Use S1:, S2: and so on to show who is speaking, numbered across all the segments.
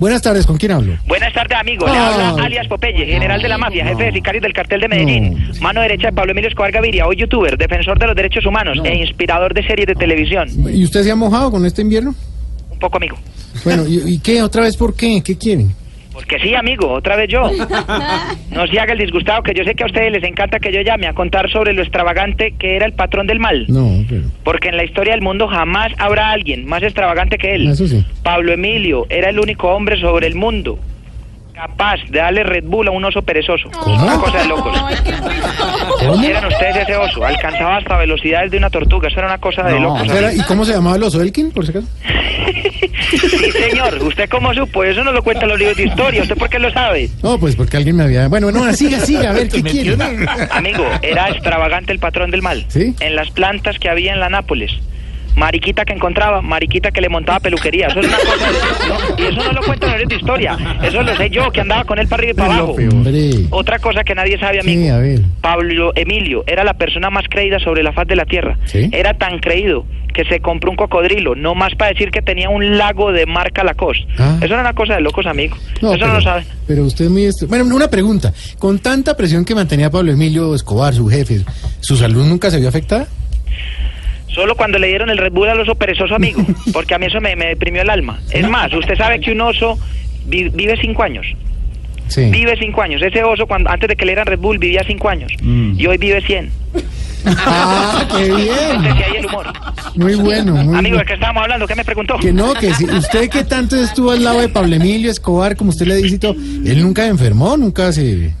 S1: Buenas tardes, ¿con quién hablo?
S2: Buenas tardes, amigo. Le habla alias Popeye, general de la mafia, jefe de sicarios del cartel de Medellín. Mano derecha de Pablo Emilio Escobar Gaviria, hoy youtuber, defensor de los derechos humanos e inspirador de series de televisión.
S1: ¿Y usted se ha mojado con este invierno?
S2: Un poco, amigo.
S1: Bueno, ¿y, y qué? ¿Otra vez por qué? ¿Qué quieren?
S2: Porque sí, amigo, otra vez yo. No se haga el disgustado, que yo sé que a ustedes les encanta que yo llame a contar sobre lo extravagante que era el patrón del mal.
S1: No, pero...
S2: Porque en la historia del mundo jamás habrá alguien más extravagante que él.
S1: Eso sí.
S2: Pablo Emilio era el único hombre sobre el mundo capaz de darle Red Bull a un oso perezoso. Una cosa de locos.
S1: ¿Cómo?
S2: Eran ustedes ese oso. Alcanzaba hasta velocidades de una tortuga. Eso era una cosa de
S1: No,
S2: locos.
S1: o sea, era- ¿Y cómo se llamaba el oso Elkin, por si acaso?
S2: Sí, señor. ¿Usted cómo supo? Eso no lo cuentan los libros de historia. ¿Usted por qué lo sabe?
S1: No, pues porque alguien me había... Bueno, no, siga, siga, a ver, ¿qué quieren?
S2: Amigo, era extravagante el patrón del mal.
S1: ¿Sí?
S2: En las plantas que había en la Nápoles. Mariquita que encontraba, mariquita que le montaba peluquería. Eso es una cosa. no, y eso no lo cuentan los libros de historia. Eso lo sé yo, que andaba con él para arriba y para abajo.
S1: Hombre,
S2: Otra cosa que nadie sabe, amigo.
S1: sí, a ver.
S2: Pablo Emilio era la persona más creída sobre la faz de la tierra.
S1: Sí.
S2: Era tan creído que se compró un cocodrilo, no más para decir que tenía un lago de marca Lacoste.
S1: Ah.
S2: Eso era una cosa de locos, amigo. Eso no lo saben.
S1: pero usted es muy... est- Bueno, una pregunta. Con tanta presión que mantenía Pablo Emilio Escobar, su jefe, ¿su salud nunca se vio afectada?
S2: Solo cuando le dieron el Red Bull al oso perezoso, amigo, porque a mí eso me, me deprimió el alma. Es más, usted sabe que un oso vi- vive cinco años.
S1: Sí.
S2: Vive cinco años. Ese oso, cuando, antes de que le dieran Red Bull, vivía cinco años.
S1: Mm.
S2: Y hoy vive cien.
S1: ¡Ah, qué
S2: Entonces,
S1: bien!
S2: ahí el humor.
S1: Muy bueno, muy
S2: Amigo,
S1: bueno.
S2: ¿de qué estábamos hablando? ¿Qué me preguntó?
S1: Que no, que si usted que tanto estuvo al lado de Pablo Emilio Escobar, como usted le dice, y todo, él nunca enfermó, nunca se...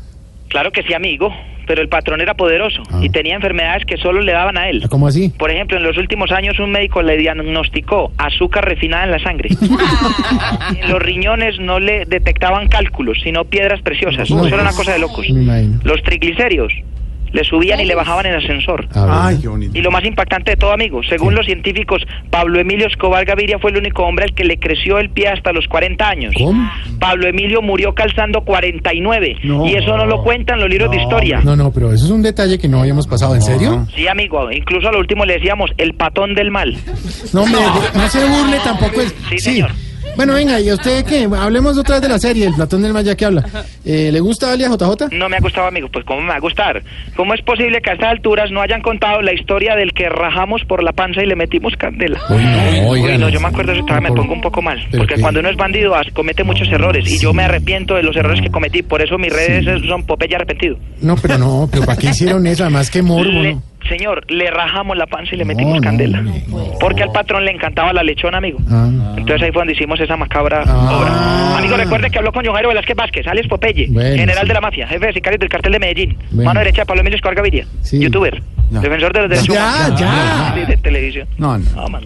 S2: Claro que sí, amigo, pero el patrón era poderoso
S1: Ah.
S2: y tenía enfermedades que solo le daban a él.
S1: ¿Cómo así?
S2: Por ejemplo, en los últimos años un médico le diagnosticó azúcar refinada en la sangre. en los riñones no le detectaban cálculos, sino piedras preciosas.
S1: No,
S2: Eso era una
S1: pues,
S2: cosa de locos.
S1: me imagino.
S2: Los triglicéridos le subían y le bajaban en ascensor.
S1: A ver.
S3: Ay, qué bonito.
S2: Y lo más impactante de todo, amigo, según los científicos, Pablo Emilio Escobar Gaviria fue el único hombre al que le creció el pie hasta los 40 años.
S1: ¿Cómo?
S2: Pablo Emilio murió calzando 49.
S3: No.
S2: y eso no lo cuentan los libros de
S3: No,
S2: historia.
S1: No, no, pero eso es un detalle que no habíamos pasado, ¿en serio?
S2: Sí, amigo, incluso a lo último le decíamos el patón del mal.
S1: No, hombre, no se burle tampoco. Es...
S2: Sí, señor.
S1: Bueno, venga, ¿y a usted qué? Hablemos otra vez de la serie, El Platón del Maya que habla. Eh, ¿Le gusta Alia JJ?
S2: No me ha gustado, amigo, pues ¿cómo me va a gustar? ¿Cómo es posible que a estas alturas no hayan contado la historia del que rajamos por la panza y le metimos candela?
S1: Uy, no, oiga,
S2: Uy, no,
S1: no.
S2: yo me acuerdo eso, todavía me
S1: Por-
S2: pongo un poco mal.
S1: ¿Pero
S2: Porque
S1: qué?
S2: cuando uno es bandido as- comete muchos errores y yo me arrepiento de los errores que cometí. Por eso mis redes son Popeye arrepentido.
S1: No, pero no, pero ¿para qué hicieron eso? Además, qué morbo,
S2: Le-
S1: ¿no?
S2: señor, le rajamos la panza y le metimos
S1: no,
S2: candela.
S1: no,
S2: porque al patrón le encantaba la lechona, amigo.
S1: Ah,
S2: Entonces ahí fue donde hicimos esa macabra
S1: Ah.
S2: obra. Amigo, recuerde que habló con Johairo Velázquez Vázquez, Alex Popeye,
S1: Bueno,
S2: general
S1: sí.
S2: de la mafia, jefe de sicarios del cartel de Medellín,
S1: Bueno.
S2: mano derecha de Pablo Emilio Escobar Gaviria,
S1: Sí.
S2: youtuber, defensor de los derechos
S1: Ya,
S2: humanos,
S1: ya.
S2: de, de televisión.
S3: No, no.
S2: No, man.